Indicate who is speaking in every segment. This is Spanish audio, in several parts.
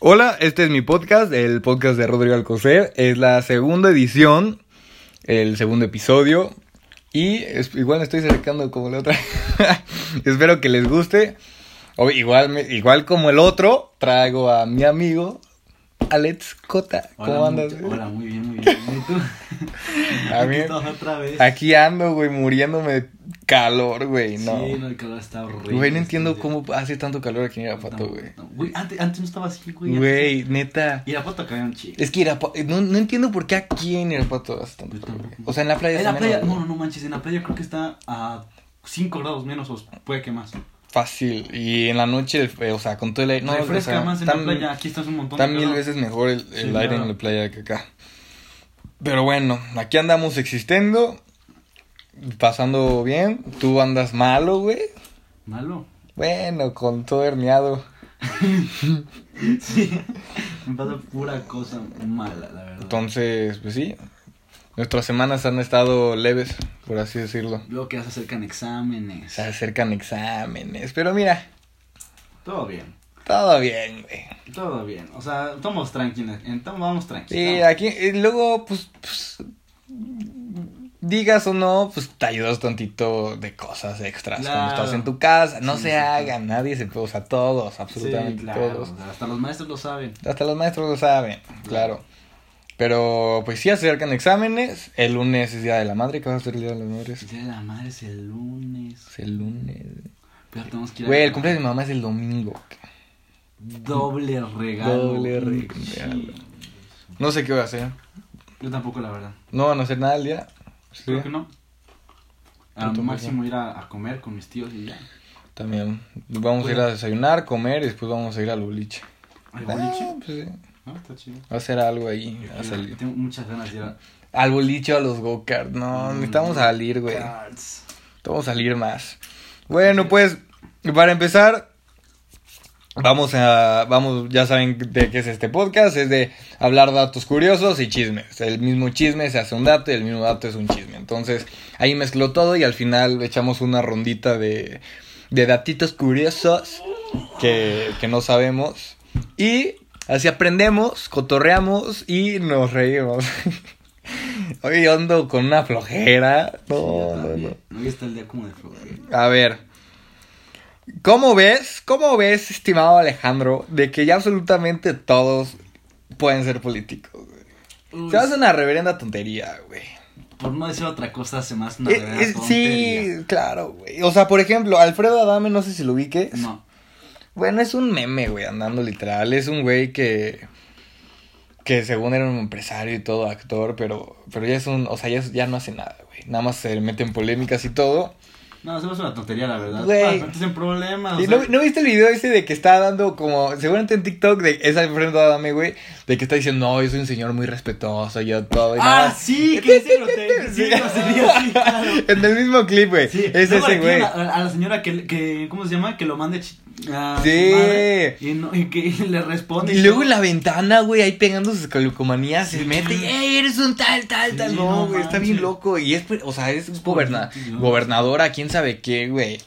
Speaker 1: Hola, este es mi podcast, el podcast de Rodrigo Alcocer. Es la segunda edición, el segundo episodio. Y es- igual me estoy acercando como la otra. Espero que les guste. O igual, me- igual como el otro, traigo a mi amigo Alex Cota. ¿Cómo
Speaker 2: hola,
Speaker 1: andas?
Speaker 2: mu-
Speaker 1: güey?
Speaker 2: Hola, muy bien, muy bien. ¿Y tú?
Speaker 1: A
Speaker 2: Aquí
Speaker 1: mí-
Speaker 2: estás otra vez.
Speaker 1: Aquí ando, güey, muriéndome de calor, güey. No.
Speaker 2: Sí, no, el calor está horrible.
Speaker 1: Güey, no entiendo
Speaker 2: este,
Speaker 1: cómo hace tanto calor aquí en
Speaker 2: no,
Speaker 1: Irapuato, güey.
Speaker 2: no, Güey, antes, antes no estaba así, güey.
Speaker 1: Güey, neta.
Speaker 2: Y la foto acá un chico.
Speaker 1: Es que Irapuato, no, no entiendo por qué aquí en Irapuato hace tanto
Speaker 2: Yo
Speaker 1: calor. güey.
Speaker 2: tampoco.
Speaker 1: O sea, en la playa
Speaker 2: En
Speaker 1: está
Speaker 2: la playa,
Speaker 1: menos,
Speaker 2: no,
Speaker 1: güey.
Speaker 2: no, no manches, en la playa creo que está a 5 grados menos o puede que más.
Speaker 1: fácil. Y en la noche, el- eh, o sea, con todo el aire. No, o
Speaker 2: Refresca
Speaker 1: sea,
Speaker 2: más en
Speaker 1: está-
Speaker 2: la playa, aquí estás un montón
Speaker 1: Está
Speaker 2: de
Speaker 1: mil
Speaker 2: calor.
Speaker 1: veces mejor el, el
Speaker 2: Sí,
Speaker 1: aire
Speaker 2: claro.
Speaker 1: en la playa que acá. Pero bueno, aquí andamos existiendo, pasando bien. Tú andas malo, güey.
Speaker 2: Malo.
Speaker 1: Bueno, con todo herniado.
Speaker 2: Sí. Me pasa pura cosa mala, la verdad.
Speaker 1: Entonces, pues sí. Nuestras semanas han estado leves, por así decirlo.
Speaker 2: Luego que ya se acercan exámenes.
Speaker 1: Se acercan exámenes, pero mira,
Speaker 2: Todo bien.
Speaker 1: todo bien, güey.
Speaker 2: Todo bien, o sea, estamos tranquilos, entonces vamos tranquilos.
Speaker 1: Y
Speaker 2: vamos.
Speaker 1: aquí, y luego, pues, pues, digas o no, pues te ayudas tantito de cosas extras cuando
Speaker 2: Claro.
Speaker 1: estás en tu casa. No
Speaker 2: Sí,
Speaker 1: se
Speaker 2: sí, claro.
Speaker 1: hagan, nadie se puede, o sea, todos, absolutamente
Speaker 2: Sí, claro,
Speaker 1: todos.
Speaker 2: o sea, hasta los maestros lo saben.
Speaker 1: Hasta los maestros lo saben, claro. Pero, pues sí acercan exámenes. El lunes es Día de la Madre, ¿qué vas a hacer el Día de las Madres?
Speaker 2: El día de la madre es el lunes.
Speaker 1: Es el lunes.
Speaker 2: Pero tenemos que ir a-
Speaker 1: Güey, el cumpleaños de mi mamá es el domingo.
Speaker 2: Doble regalo.
Speaker 1: Doble regalo. No sé qué voy a hacer.
Speaker 2: Yo tampoco, la verdad.
Speaker 1: No van a hacer nada el día. Sí.
Speaker 2: Creo que no. Al
Speaker 1: tampoco.
Speaker 2: máximo ir a, a comer con mis tíos y ya.
Speaker 1: También. Vamos a ir a desayunar, comer y después vamos a ir al boliche.
Speaker 2: Al
Speaker 1: Ah,
Speaker 2: boliche.
Speaker 1: pues sí.
Speaker 2: Ah, está chido.
Speaker 1: Va a hacer algo ahí,
Speaker 2: Yo
Speaker 1: a
Speaker 2: quiero-
Speaker 1: salir.
Speaker 2: Tengo muchas ganas de ir a.
Speaker 1: Al boliche o a los go-kart. No,
Speaker 2: Mm.
Speaker 1: necesitamos salir, güey.
Speaker 2: Cards.
Speaker 1: Necesitamos salir más. Bueno, pues, para empezar, vamos a. Vamos, ya saben de qué es este podcast. Es de hablar datos curiosos y chismes. El mismo chisme se hace un dato y el mismo dato es un chisme. Entonces, ahí mezcló todo y al final echamos una rondita de, de datitos curiosos que, que no sabemos. Y así aprendemos, cotorreamos y nos reímos. Hoy ando con una flojera.
Speaker 2: Sí, yo
Speaker 1: No, no, no.
Speaker 2: también. Hoy está el día como de flojera.
Speaker 1: A ver. ¿Cómo ves, cómo ves, estimado Alejandro, de que ya absolutamente todos pueden ser políticos? güey?
Speaker 2: Uy,
Speaker 1: Se hace una reverenda tontería, güey.
Speaker 2: Por no decir otra cosa, se me hace una
Speaker 1: Eh,
Speaker 2: verdadera
Speaker 1: eh,
Speaker 2: tontería.
Speaker 1: sí, claro, güey. O sea, por ejemplo, Alfredo Adame, no sé si lo ubiques.
Speaker 2: No.
Speaker 1: Bueno, es un meme, güey, andando literal. Es un güey que. que según era un empresario y todo, actor, pero. Pero ya es un. O sea, ya, es- ya no hace nada, güey. Nada más se mete en polémicas y todo.
Speaker 2: No, se me hace una tontería, la verdad.
Speaker 1: Güey.
Speaker 2: Para meterse en problemas. o
Speaker 1: ¿Y
Speaker 2: sea,
Speaker 1: no, ¿no viste el video ese de que está dando como, seguramente en TikTok, de es Alfredo Adame, güey, de que está diciendo, no, yo soy un señor muy respetuoso, yo todo y nada
Speaker 2: Ah,
Speaker 1: más".
Speaker 2: sí, que dice grosería. Sí,
Speaker 1: Sí.
Speaker 2: grosería, sí, claro.
Speaker 1: En el mismo clip, güey.
Speaker 2: Sí,
Speaker 1: es
Speaker 2: luego
Speaker 1: ese
Speaker 2: le
Speaker 1: güey.
Speaker 2: piden A, a la señora que, que, ¿cómo se llama? Que lo mande chi- a
Speaker 1: Sí.
Speaker 2: su madre y, no- y que le responde.
Speaker 1: Y luego en la ventana, güey, ahí pegando sus calcomanías, se
Speaker 2: Sí.
Speaker 1: mete, y, ¡ey, eres un tal, tal,
Speaker 2: Sí,
Speaker 1: tal!
Speaker 2: no
Speaker 1: No, güey, está bien
Speaker 2: manches.
Speaker 1: loco. Y es, pues, o sea, es goberna-
Speaker 2: político.
Speaker 1: gobernadora, quién sabe qué, güey.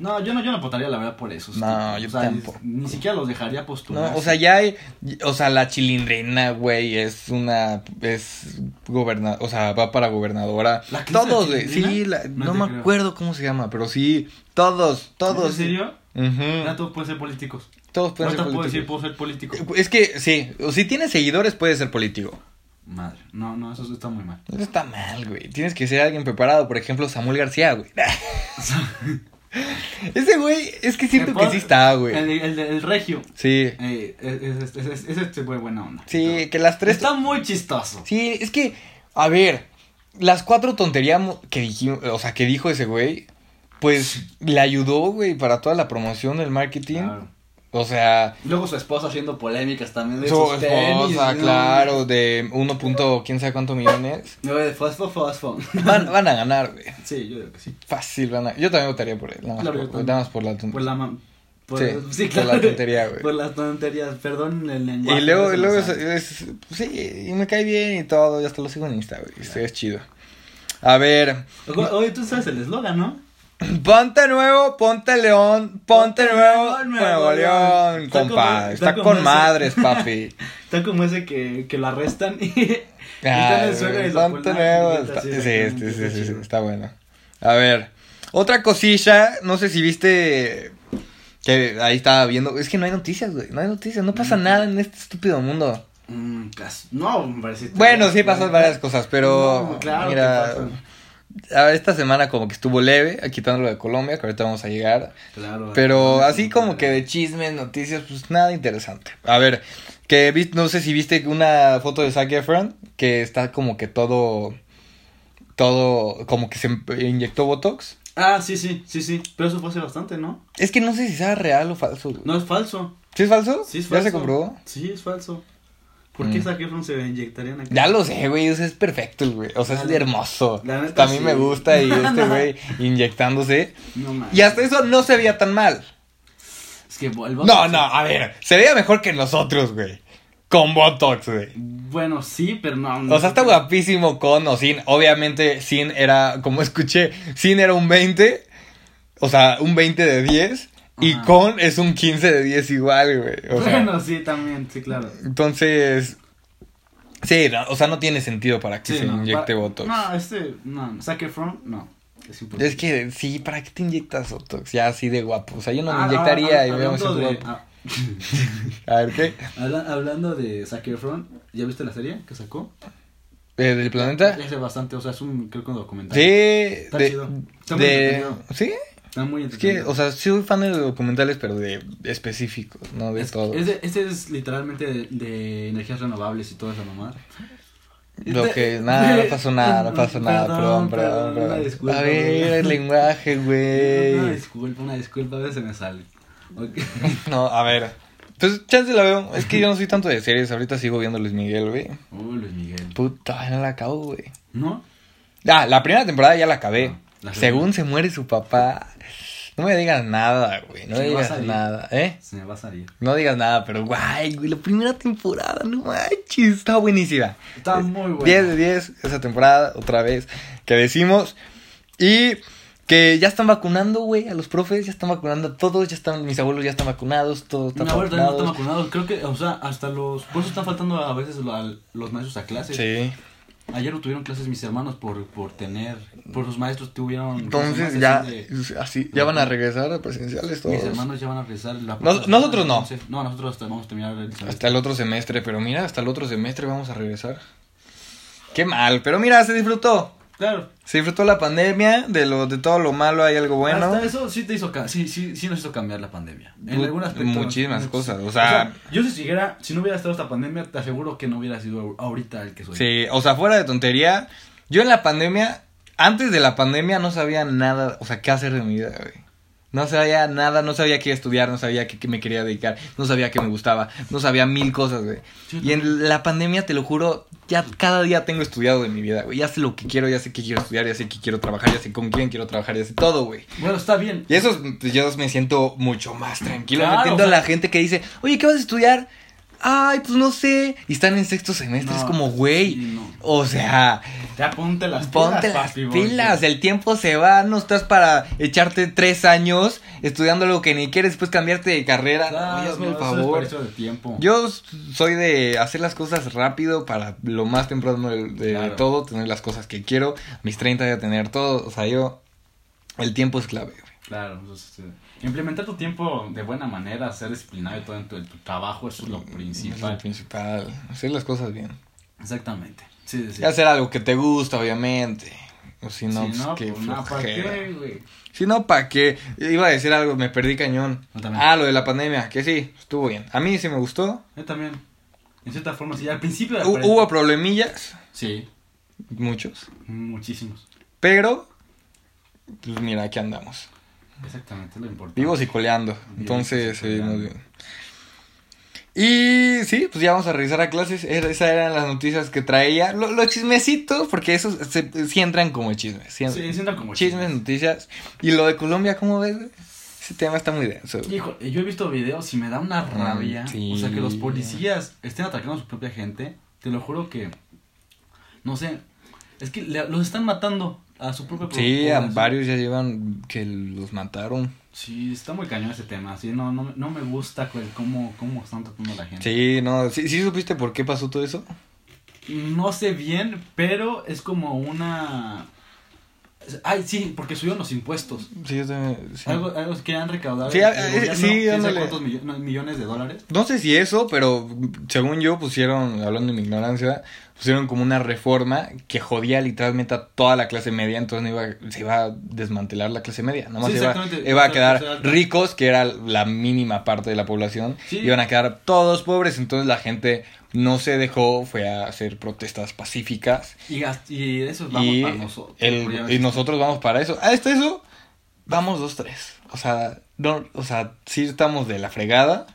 Speaker 2: No, yo no, yo no votaría la verdad por eso.
Speaker 1: No, yo tampoco.
Speaker 2: Ni siquiera los dejaría postular.
Speaker 1: No, o sea, ya hay, o sea, la chilindrina, güey, es una, es goberna, o sea, va para gobernadora.
Speaker 2: ¿La que es
Speaker 1: Todos,
Speaker 2: la
Speaker 1: güey, sí,
Speaker 2: chilindrina?
Speaker 1: la-
Speaker 2: No
Speaker 1: no,
Speaker 2: te
Speaker 1: me
Speaker 2: creo.
Speaker 1: acuerdo cómo se llama, pero sí, todos, todos.
Speaker 2: ¿En serio?
Speaker 1: Ujú.
Speaker 2: Ya todos pueden ser políticos.
Speaker 1: Todos pueden
Speaker 2: Ahorita
Speaker 1: ser
Speaker 2: puedo decir,
Speaker 1: políticos. Eh, pues
Speaker 2: puedo ser político.
Speaker 1: Es que, sí, o si tienes seguidores puedes ser político.
Speaker 2: Madre, no, no, eso está muy mal.
Speaker 1: Eso está mal, güey. Tienes que ser alguien preparado, por ejemplo, Samuel García, güey. Ese güey, es que siento
Speaker 2: Me
Speaker 1: que
Speaker 2: Eh, puedo-
Speaker 1: sí está,
Speaker 2: El,
Speaker 1: güey.
Speaker 2: el, el regio.
Speaker 1: Sí.
Speaker 2: Eh, es, es, es, es- es este güey buena onda.
Speaker 1: Sí, que las tres
Speaker 2: Está muy chistoso.
Speaker 1: Sí, es que, a ver, las cuatro tonterías mo- que dijimos, o sea, que dijo ese güey, pues le ayudó, güey, para toda la promoción del marketing.
Speaker 2: Claro.
Speaker 1: O sea,
Speaker 2: Luego su esposa haciendo polémicas también de
Speaker 1: su
Speaker 2: sus tenis.
Speaker 1: esposa,
Speaker 2: ¿no?
Speaker 1: claro, de 1. punto quién sabe cuántos millones.
Speaker 2: No, de fosfo, fosfo.
Speaker 1: Van, van a ganar, güey.
Speaker 2: sí, yo creo que sí.
Speaker 1: Fácil, van a. Yo también votaría por él, nada más,
Speaker 2: Claro, yo
Speaker 1: por,
Speaker 2: también.
Speaker 1: nada más por la tontería.
Speaker 2: Por la mam... Por,
Speaker 1: Sí,
Speaker 2: sí,
Speaker 1: por
Speaker 2: claro.
Speaker 1: la tontería, güey.
Speaker 2: Por las tonterías, perdón el lenguaje.
Speaker 1: Y luego,
Speaker 2: no
Speaker 1: y luego es,
Speaker 2: se me sale.
Speaker 1: es- pues sí, y me cae bien y todo, y hasta lo sigo en Insta, güey. sí, es chido. A ver,
Speaker 2: Ojo, Oye, tú sabes el eslogan, ¿no?
Speaker 1: Ponte nuevo, ponte león, ponte,
Speaker 2: Ponte
Speaker 1: nuevo,
Speaker 2: León,
Speaker 1: Nuevo
Speaker 2: Nuevo
Speaker 1: León,
Speaker 2: León. Está
Speaker 1: compa.
Speaker 2: como-
Speaker 1: está
Speaker 2: está como
Speaker 1: con
Speaker 2: ese-
Speaker 1: madres, papi.
Speaker 2: Está como ese que, que lo arrestan y, y está en
Speaker 1: Ay,
Speaker 2: el suelo y lo
Speaker 1: ponte
Speaker 2: ponen a la
Speaker 1: nuevo.
Speaker 2: cuneta,
Speaker 1: está- Sí,
Speaker 2: exactamente,
Speaker 1: sí, sí,
Speaker 2: está
Speaker 1: sí, sí,
Speaker 2: chido.
Speaker 1: está bueno. A ver, otra cosilla, no sé si viste que ahí estaba viendo. Es que no hay noticias, güey. No hay noticias, no pasa nada en este estúpido mundo.
Speaker 2: Mm, casi- No, me parece.
Speaker 1: Bueno, sí pasan varias cosas, pero
Speaker 2: No, claro que
Speaker 1: mira,
Speaker 2: pasan.
Speaker 1: a ver, esta semana como que estuvo leve, quitándolo de Colombia, que ahorita vamos a llegar.
Speaker 2: Claro,
Speaker 1: Pero
Speaker 2: no,
Speaker 1: así
Speaker 2: no,
Speaker 1: como
Speaker 2: no.
Speaker 1: que de chismes, noticias, pues nada interesante. A ver, que vi- no sé si viste una foto de Zac Efron que está como que todo todo como que se inyectó botox.
Speaker 2: Ah, sí, sí, sí, sí. Pero eso fue hace bastante, ¿no?
Speaker 1: Es que no sé si sea real o falso. güey.
Speaker 2: No es falso.
Speaker 1: ¿Sí es falso?
Speaker 2: Sí, es
Speaker 1: ¿Ya
Speaker 2: falso.
Speaker 1: se comprobó?
Speaker 2: Sí, es falso. ¿Por qué
Speaker 1: Mm.
Speaker 2: Zac Efron se inyectaría en la
Speaker 1: Ya lo sé, güey, eso es perfecto, güey. O sea, es
Speaker 2: La-
Speaker 1: hermoso.
Speaker 2: la neta
Speaker 1: Hasta a mí
Speaker 2: sí.
Speaker 1: me gusta y este
Speaker 2: No.
Speaker 1: güey inyectándose.
Speaker 2: No mames.
Speaker 1: Y hasta eso no se veía tan mal.
Speaker 2: Es que el botox-
Speaker 1: No, no, a ver, se veía mejor que nosotros, güey. Con botox, güey.
Speaker 2: Bueno, sí, pero no. no
Speaker 1: O sea, está
Speaker 2: sé.
Speaker 1: guapísimo con o sin. Obviamente, sin era, como escuché, sin era un 20. O sea, un 20 de 10. Y
Speaker 2: Ajá.
Speaker 1: con es un 15 de 10 igual, güey. O sea,
Speaker 2: Bueno, sí, también, sí, claro.
Speaker 1: entonces. Sí, no, o sea, no tiene sentido para que
Speaker 2: Sí,
Speaker 1: se
Speaker 2: no,
Speaker 1: inyecte
Speaker 2: pa-
Speaker 1: Botox.
Speaker 2: No, este, no, Zac Efron, no. Es imposible.
Speaker 1: Es que, sí, ¿para qué te inyectas Botox? Ya así de guapo. O sea, yo no me
Speaker 2: Ah,
Speaker 1: inyectaría
Speaker 2: ah, ah,
Speaker 1: y me
Speaker 2: hablando
Speaker 1: siento
Speaker 2: de-
Speaker 1: guapo.
Speaker 2: ah,
Speaker 1: A ver, ¿qué?
Speaker 2: habla- Hablando de Zac Efron, ¿ya viste la serie que sacó?
Speaker 1: Eh, ¿Del planeta?
Speaker 2: Es de bastante, o sea, es un, creo que un documental.
Speaker 1: Sí.
Speaker 2: Está
Speaker 1: de-
Speaker 2: chido. Está muy
Speaker 1: de,
Speaker 2: entretenido.
Speaker 1: ¿Sí?
Speaker 2: Está muy
Speaker 1: Es que,
Speaker 2: entretenido.
Speaker 1: o sea, sí soy fan de documentales, pero de específicos, no de
Speaker 2: es,
Speaker 1: todo.
Speaker 2: es de- este es literalmente de, de energías renovables y toda esa mamada.
Speaker 1: Lo que, nada, no pasó nada, no pasó nada, perdón, perdón,
Speaker 2: Una
Speaker 1: perdón.
Speaker 2: disculpa.
Speaker 1: A ver,
Speaker 2: güey.
Speaker 1: el lenguaje,
Speaker 2: Una
Speaker 1: güey.
Speaker 2: disculpa, una disculpa, a veces me sale. Ok.
Speaker 1: No, a ver. Pues chance la veo. Es que yo no soy tanto de series. Ahorita sigo viendo Luis Miguel, güey.
Speaker 2: Uh, Luis Miguel.
Speaker 1: Puta, no la acabo, güey.
Speaker 2: ¿No?
Speaker 1: Ah, la primera temporada ya la acabé.
Speaker 2: Ah, la
Speaker 1: Según se muere su papá. No me digas nada, güey. No
Speaker 2: Se
Speaker 1: me
Speaker 2: me va a
Speaker 1: digas
Speaker 2: salir.
Speaker 1: nada, ¿eh?
Speaker 2: Se me va a salir.
Speaker 1: No digas nada, pero guay, güey. La primera temporada, no manches. Está buenísima.
Speaker 2: Está muy bueno.
Speaker 1: 10 Eh, de 10 esa temporada, otra vez, que decimos. Y que ya están vacunando, güey, a los profes, ya están vacunando a todos, ya están, mis abuelos ya están vacunados, todos
Speaker 2: Mi
Speaker 1: están
Speaker 2: abuelo también no está
Speaker 1: vacunados.
Speaker 2: vacunado. Creo que, o sea, hasta los. Por eso están faltando a veces lo- a los maestros a clases.
Speaker 1: Sí,
Speaker 2: Ayer no tuvieron clases mis hermanos por, por tener. Por sus maestros tuvieron.
Speaker 1: entonces
Speaker 2: clases
Speaker 1: ya,
Speaker 2: de-
Speaker 1: así, ya van a regresar a presenciales todos.
Speaker 2: Mis hermanos ya van a regresar la
Speaker 1: Nos- nosotros no.
Speaker 2: No, nosotros hasta vamos a terminar el semestre.
Speaker 1: Hasta el otro semestre, pero mira, hasta el otro semestre vamos a regresar. Qué mal, pero mira, se disfrutó.
Speaker 2: Claro.
Speaker 1: Se disfrutó la pandemia, de lo de todo lo malo hay algo bueno.
Speaker 2: Hasta eso sí te hizo ca- sí, sí, sí nos hizo cambiar la pandemia. En
Speaker 1: Mu-
Speaker 2: algún aspecto.
Speaker 1: muchísimas
Speaker 2: muchis-
Speaker 1: cosas, o sea-
Speaker 2: yo si siguiera, si no hubiera estado esta pandemia, te aseguro que no hubiera sido ahor- ahorita el que soy.
Speaker 1: Sí, o sea, fuera de tontería, yo en la pandemia, antes de la pandemia no sabía nada, o sea, qué hacer de mi vida, güey. No sabía nada, no sabía qué estudiar, no sabía qué, qué me quería dedicar, no sabía qué me gustaba, no sabía mil cosas, güey.
Speaker 2: Yo
Speaker 1: Y en la pandemia, te lo juro, ya cada día tengo estudiado de mi vida, güey. Ya sé lo que quiero, ya sé qué quiero estudiar, ya sé qué quiero trabajar, ya sé con quién quiero trabajar, ya sé todo, güey.
Speaker 2: Bueno, está bien.
Speaker 1: Y eso, pues, yo me siento mucho más tranquilo.
Speaker 2: Claro,
Speaker 1: no entiendo
Speaker 2: o sea-
Speaker 1: a la gente que dice, oye, ¿qué vas a estudiar? Ay, pues no sé. Y están en sexto semestre,
Speaker 2: No, pues,
Speaker 1: es como, güey.
Speaker 2: sí, no.
Speaker 1: O sea,
Speaker 2: Ya ponte las
Speaker 1: ponte
Speaker 2: pilas,
Speaker 1: las
Speaker 2: papi, porque-
Speaker 1: pilas. El tiempo se va, no estás para echarte tres años estudiando lo que ni quieres, después cambiarte de carrera.
Speaker 2: Claro,
Speaker 1: Oye, hazme el
Speaker 2: no, eso es
Speaker 1: favor.
Speaker 2: perdición de tiempo.
Speaker 1: Yo s- soy de hacer las cosas rápido para lo más temprano de, de
Speaker 2: Claro.
Speaker 1: todo, tener las cosas que quiero. Mis 30 ya tener todo. O sea, yo. El tiempo es clave, güey.
Speaker 2: Claro, eso es, eh, implementar tu tiempo de buena manera, ser disciplinado y todo en tu, en tu trabajo, eso es lo
Speaker 1: Mm, Es lo
Speaker 2: principal.
Speaker 1: principal. Hacer las cosas bien.
Speaker 2: Exactamente. Sí, sí, sí.
Speaker 1: Y hacer algo que te gusta, obviamente. O si no,
Speaker 2: Si
Speaker 1: pues,
Speaker 2: no,
Speaker 1: qué
Speaker 2: pues, no, ¿para
Speaker 1: flojera.
Speaker 2: qué, güey?
Speaker 1: Si no, ¿para qué? Iba a decir algo, me perdí cañón.
Speaker 2: Yo también.
Speaker 1: Ah, lo de la pandemia, que sí, estuvo bien. A mí sí me gustó.
Speaker 2: Yo también. En cierta forma, sí, al principio de la
Speaker 1: Hu-
Speaker 2: cuarentena-
Speaker 1: hubo problemillas,
Speaker 2: Sí,
Speaker 1: muchos.
Speaker 2: muchísimos.
Speaker 1: Pero, pues mira, aquí andamos.
Speaker 2: Exactamente, lo importante.
Speaker 1: Vivos y coleando.
Speaker 2: Vivos y
Speaker 1: Entonces, eh,
Speaker 2: coleando.
Speaker 1: muy bien. Y sí, pues ya vamos a regresar a clases. Era- Esas eran las noticias que traía. Lo- los chismecitos, porque esos se- sí entran como chismes. sí entran.
Speaker 2: Sí, siendo como
Speaker 1: chismes, noticias. Y lo de Colombia, ¿cómo ves? güey? Ese tema está muy denso. güey.
Speaker 2: Hijo, yo he visto videos y me da una rabia.
Speaker 1: Mm, sí.
Speaker 2: O sea, que los policías estén atacando a su propia gente. Te lo juro que. No sé. Es que le- los están matando. a su propio
Speaker 1: Sí, a
Speaker 2: población.
Speaker 1: varios ya llevan que los mataron.
Speaker 2: Sí, está muy cañón ese tema. Sí, no, no, no me gusta el cómo, cómo están tratando a la gente.
Speaker 1: Sí, no, ¿sí, sí supiste por qué pasó todo eso?
Speaker 2: No sé bien, pero es como una. Ay, sí, porque subieron los impuestos.
Speaker 1: Sí, yo también, sí.
Speaker 2: Algo, algo que han recaudado.
Speaker 1: Sí,
Speaker 2: el
Speaker 1: ah,
Speaker 2: gobierno,
Speaker 1: eh, sí,
Speaker 2: quién sabe
Speaker 1: ándale.
Speaker 2: cuántos millo- no, millones de dólares?
Speaker 1: No sé si eso, pero según yo pusieron, hablando de mi ignorancia, pusieron como una reforma que jodía literalmente a toda la clase media, entonces no iba, se iba a desmantelar la clase media, nada más
Speaker 2: Sí,
Speaker 1: se iba,
Speaker 2: exactamente.
Speaker 1: iba a
Speaker 2: La
Speaker 1: quedar
Speaker 2: clase alta.
Speaker 1: ricos, que era la mínima parte de la población,
Speaker 2: Sí.
Speaker 1: iban a quedar todos pobres, entonces la gente no se dejó, fue a hacer protestas pacíficas
Speaker 2: Y, gas- y eso es vamos
Speaker 1: y,
Speaker 2: para nosotros.
Speaker 1: el-
Speaker 2: Ya ves.
Speaker 1: y nosotros vamos para eso. Ah, está eso, vamos dos, tres. O sea, no, o sea, sí estamos de la fregada.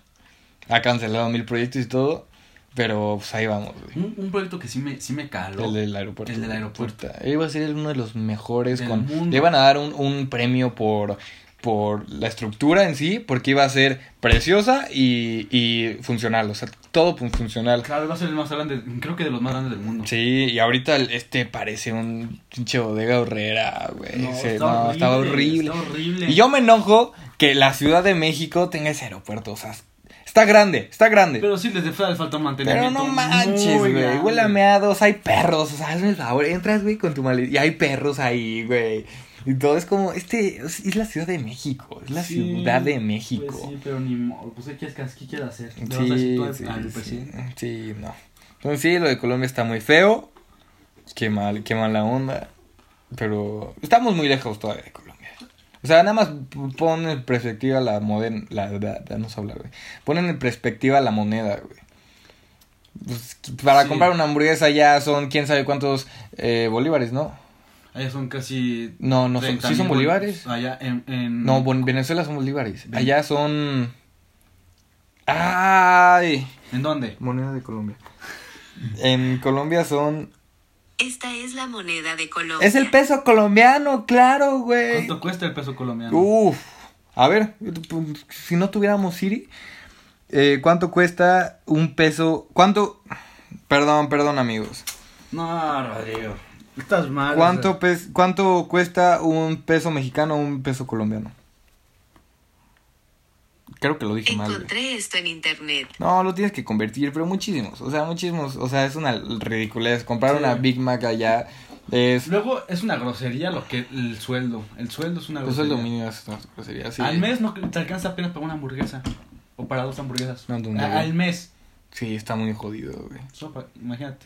Speaker 1: Ha cancelado mil proyectos y todo. Pero pues ahí vamos, güey.
Speaker 2: un, un proyecto que sí me, sí me caló.
Speaker 1: El del aeropuerto.
Speaker 2: El del aeropuerto.
Speaker 1: Puta, Iba a ser uno de los mejores.
Speaker 2: Del
Speaker 1: con-
Speaker 2: mundo.
Speaker 1: Le iban a dar un, un premio por, por la estructura en sí, porque iba a ser preciosa y, y funcional. O sea, todo fun- funcional.
Speaker 2: Claro, va a ser el más grande, creo que de los más grandes del mundo.
Speaker 1: Sí, y ahorita el- este parece un pinche bodega horrera, güey.
Speaker 2: No,
Speaker 1: Se-
Speaker 2: está
Speaker 1: no, estaba horrible.
Speaker 2: está horrible.
Speaker 1: Y yo me enojo que la Ciudad de México tenga ese aeropuerto, o sea, está grande, está grande. Pero,
Speaker 2: Pero sí les de fuera les falta un mantenimiento.
Speaker 1: no
Speaker 2: muy
Speaker 1: manches, güey,
Speaker 2: grande.
Speaker 1: huele a meados, hay perros, o sea, hazme el favor, entras, güey, con tu maleta y hay perros ahí, güey. Y todo es como, este, es es la Ciudad de México, es la
Speaker 2: Sí,
Speaker 1: Ciudad de
Speaker 2: pues
Speaker 1: México.
Speaker 2: sí, pero ni modo. Pues, ¿qué quieres, que- qué quieres hacer? ¿Le vas a
Speaker 1: Sí,
Speaker 2: decir tú Pues al-
Speaker 1: sí,
Speaker 2: al
Speaker 1: sí,
Speaker 2: presidente?
Speaker 1: sí, no. Entonces sí, lo de Colombia está muy feo. Qué mal, qué mala onda. Pero estamos muy lejos todavía de Colombia. O sea, nada más p- pon en perspectiva la modern... La, la- la- no sé hablar, güey. Ponen en perspectiva la moneda, güey. Pues, para
Speaker 2: Sí.
Speaker 1: comprar una hamburguesa ya son quién sabe cuántos eh, bolívares, ¿no?
Speaker 2: Allá son casi.
Speaker 1: No, no son...
Speaker 2: 30
Speaker 1: ¿Sí son
Speaker 2: mil
Speaker 1: bolívares?
Speaker 2: Allá en. en-
Speaker 1: No, bon- Venezuela son bolívares.
Speaker 2: Ven-
Speaker 1: Allá son... ¡Ay!
Speaker 2: ¿En dónde?
Speaker 1: Moneda de Colombia. En Colombia son.
Speaker 3: Esta es la moneda de Colombia.
Speaker 1: Es el peso colombiano, claro, güey.
Speaker 2: ¿Cuánto cuesta el peso colombiano?
Speaker 1: Uf. A ver, si no tuviéramos Siri, eh, ¿cuánto cuesta un peso? ¿Cuánto? Perdón, perdón, amigos.
Speaker 2: No, Rodrigo. Estás mal.
Speaker 1: ¿Cuánto, pes- ¿Cuánto cuesta un peso mexicano o un peso colombiano? Creo que lo dije mal. güey.
Speaker 3: Encontré esto en internet.
Speaker 1: No, lo tienes que convertir, pero muchísimos. O sea, muchísimos. O sea, es una ridiculez. Comprar
Speaker 2: Sí.
Speaker 1: una Big Mac allá es.
Speaker 2: Luego es una grosería lo que el sueldo. El sueldo es una
Speaker 1: Pues
Speaker 2: grosería.
Speaker 1: el dominio es una grosería, sí.
Speaker 2: Al mes no te alcanza apenas para una hamburguesa. O para dos hamburguesas.
Speaker 1: No, ¿dónde,
Speaker 2: A-
Speaker 1: güey?
Speaker 2: al mes.
Speaker 1: Sí, está muy jodido, güey.
Speaker 2: Solo para- imagínate.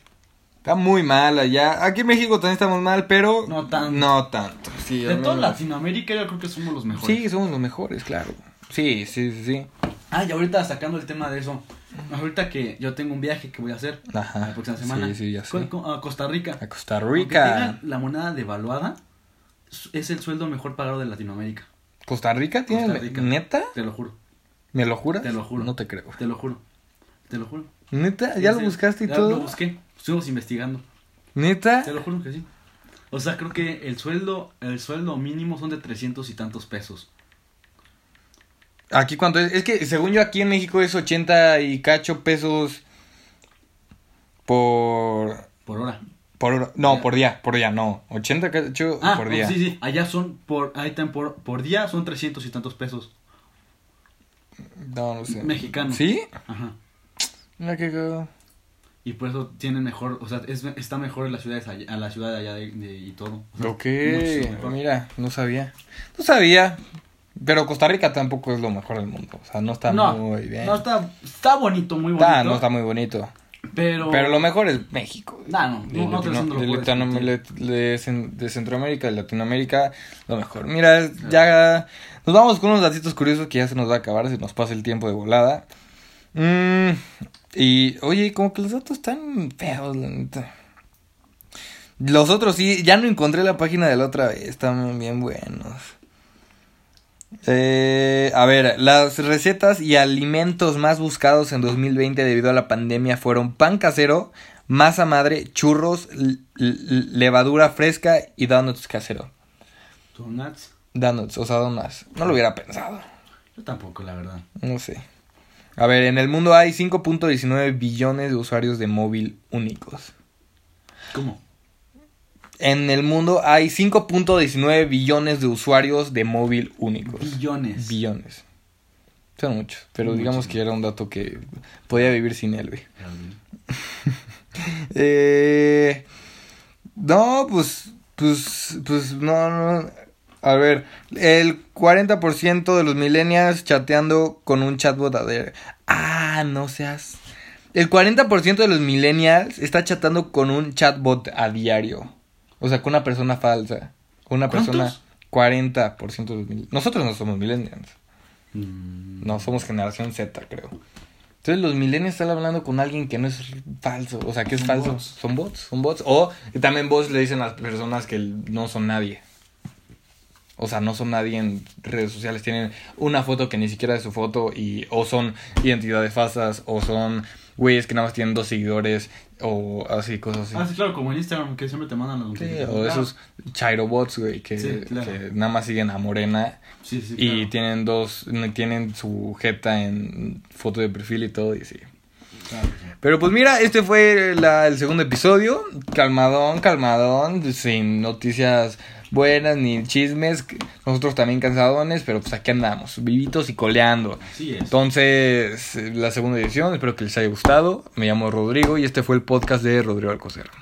Speaker 1: Está muy mal allá. Aquí en México también estamos mal, pero.
Speaker 2: No tanto.
Speaker 1: No tanto. Sí,
Speaker 2: De
Speaker 1: al
Speaker 2: toda
Speaker 1: menos-
Speaker 2: Latinoamérica yo creo que somos los mejores.
Speaker 1: Sí, somos los mejores, claro. Sí, sí, sí, sí.
Speaker 2: Ah, y ahorita sacando el tema de eso. Ahorita que yo tengo un viaje que voy a hacer
Speaker 1: Ajá.
Speaker 2: la próxima semana.
Speaker 1: Sí, sí, ya sé.
Speaker 2: Co- co- A Costa Rica.
Speaker 1: A Costa
Speaker 2: Aunque
Speaker 1: Rica.
Speaker 2: tengan la moneda devaluada su- es el sueldo mejor pagado de Latinoamérica.
Speaker 1: ¿Costa Rica tiene?
Speaker 2: Costa Rica.
Speaker 1: ¿Neta?
Speaker 2: Te lo juro,
Speaker 1: ¿Me lo juras?
Speaker 2: Te lo juro.
Speaker 1: No te creo.
Speaker 2: te lo juro. Te lo juro.
Speaker 1: ¿Neta? ¿Ya
Speaker 2: Sí,
Speaker 1: lo
Speaker 2: sí,
Speaker 1: buscaste y
Speaker 2: ya
Speaker 1: todo?
Speaker 2: Lo busqué. Estuvimos investigando.
Speaker 1: ¿Neta?
Speaker 2: Te lo juro que sí. O sea, creo que el sueldo, el sueldo mínimo son de 300 y tantos pesos.
Speaker 1: ¿Aquí cuánto es? Es que según yo aquí en México es 80 y cacho pesos por...
Speaker 2: Por hora.
Speaker 1: Por hora. No,
Speaker 2: Ya.
Speaker 1: por día, por día, no. 80 cacho
Speaker 2: Ah,
Speaker 1: por día.
Speaker 2: sí, sí. Allá son por, ahí están por, por día son 300 y tantos pesos.
Speaker 1: No, no sé.
Speaker 2: Mexicano.
Speaker 1: ¿Sí?
Speaker 2: Ajá.
Speaker 1: Mira qué cagado.
Speaker 2: Y por eso tienen mejor, o sea, es, está mejor en las ciudades allá- a la ciudad de allá de, de- y todo. O sea,
Speaker 1: Ok. pues
Speaker 2: mucho mejor.
Speaker 1: Mira, no sabía. No sabía. Pero Costa Rica tampoco es lo mejor del mundo. O sea, no está
Speaker 2: no,
Speaker 1: muy bien.
Speaker 2: No, está, está bonito, muy bonito.
Speaker 1: Está- no está muy bonito.
Speaker 2: Pero,
Speaker 1: Pero lo mejor es México.
Speaker 2: Nah, no,
Speaker 1: De
Speaker 2: no, no te
Speaker 1: Latino-
Speaker 2: lo
Speaker 1: de
Speaker 2: puedes
Speaker 1: Latino-
Speaker 2: discutir.
Speaker 1: le- de Cen- de Centroamérica, de Latinoamérica, lo mejor. Mira, es- ya nos vamos con unos datitos curiosos que ya se nos va a acabar, se nos pasa el tiempo de volada. Mm, y, oye, como que los datos están feos, la neta. Los otros sí, ya no encontré la página de la otra vez, están bien buenos. Eh, a ver, las recetas y alimentos más buscados en 2020 debido a la pandemia fueron pan casero, masa madre, churros, l- l- levadura fresca y donuts casero.
Speaker 2: Donuts,
Speaker 1: Donuts, o sea, donuts. No lo hubiera pensado.
Speaker 2: yo tampoco, la verdad.
Speaker 1: No sé. A ver, en el mundo hay 5.19 billones de usuarios de móvil únicos.
Speaker 2: ¿Cómo?
Speaker 1: en el mundo hay 5.19 billones de usuarios de móvil únicos.
Speaker 2: Billones.
Speaker 1: Billones. Son muchos, pero
Speaker 2: Muchos.
Speaker 1: digamos que era un dato que podía vivir sin él, güey.
Speaker 2: Gabriel.
Speaker 1: Eh, no, pues, pues, pues, no, no. A ver, el 40% de los millennials chateando con un chatbot. A ver, ah, no seas. El 40% de los millennials está chateando con un chatbot a diario. O sea, con una persona falsa. Con una persona.
Speaker 2: ¿Cuántos?
Speaker 1: 40% de los millennials. Nosotros no somos millennials.
Speaker 2: Mm,
Speaker 1: No, somos generación Z, creo. Entonces los millennials están hablando con alguien que no es falso, o sea, que es
Speaker 2: Son
Speaker 1: falso.
Speaker 2: bots.
Speaker 1: Son bots, son bots. O también bots le dicen a las personas que no son nadie. O sea, no son nadie en redes sociales, tienen una foto que ni siquiera es su foto y o son identidades falsas o son güeyes que nada más tienen dos seguidores o así, cosas así.
Speaker 2: Ah, sí, claro, como en Instagram, que siempre te mandan las
Speaker 1: Sí,
Speaker 2: notificaciones.
Speaker 1: o esos chairobots, güey, que,
Speaker 2: Ah. Sí, claro.
Speaker 1: que nada más siguen a Morena
Speaker 2: Ah, Sí, sí,
Speaker 1: y
Speaker 2: claro,
Speaker 1: tienen dos, no, tienen su jeta en foto de perfil y todo, y sí.
Speaker 2: claro, claro.
Speaker 1: Pero pues mira, este fue la- el segundo episodio. Calmadón, calmadón, sin noticias buenas ni chismes. Nosotros también cansadones, pero pues aquí andamos, vivitos y coleando.
Speaker 2: Así es.
Speaker 1: Entonces, la segunda edición, espero que les haya gustado. Me llamo Rodrigo y este fue el podcast de Rodrigo Alcocer.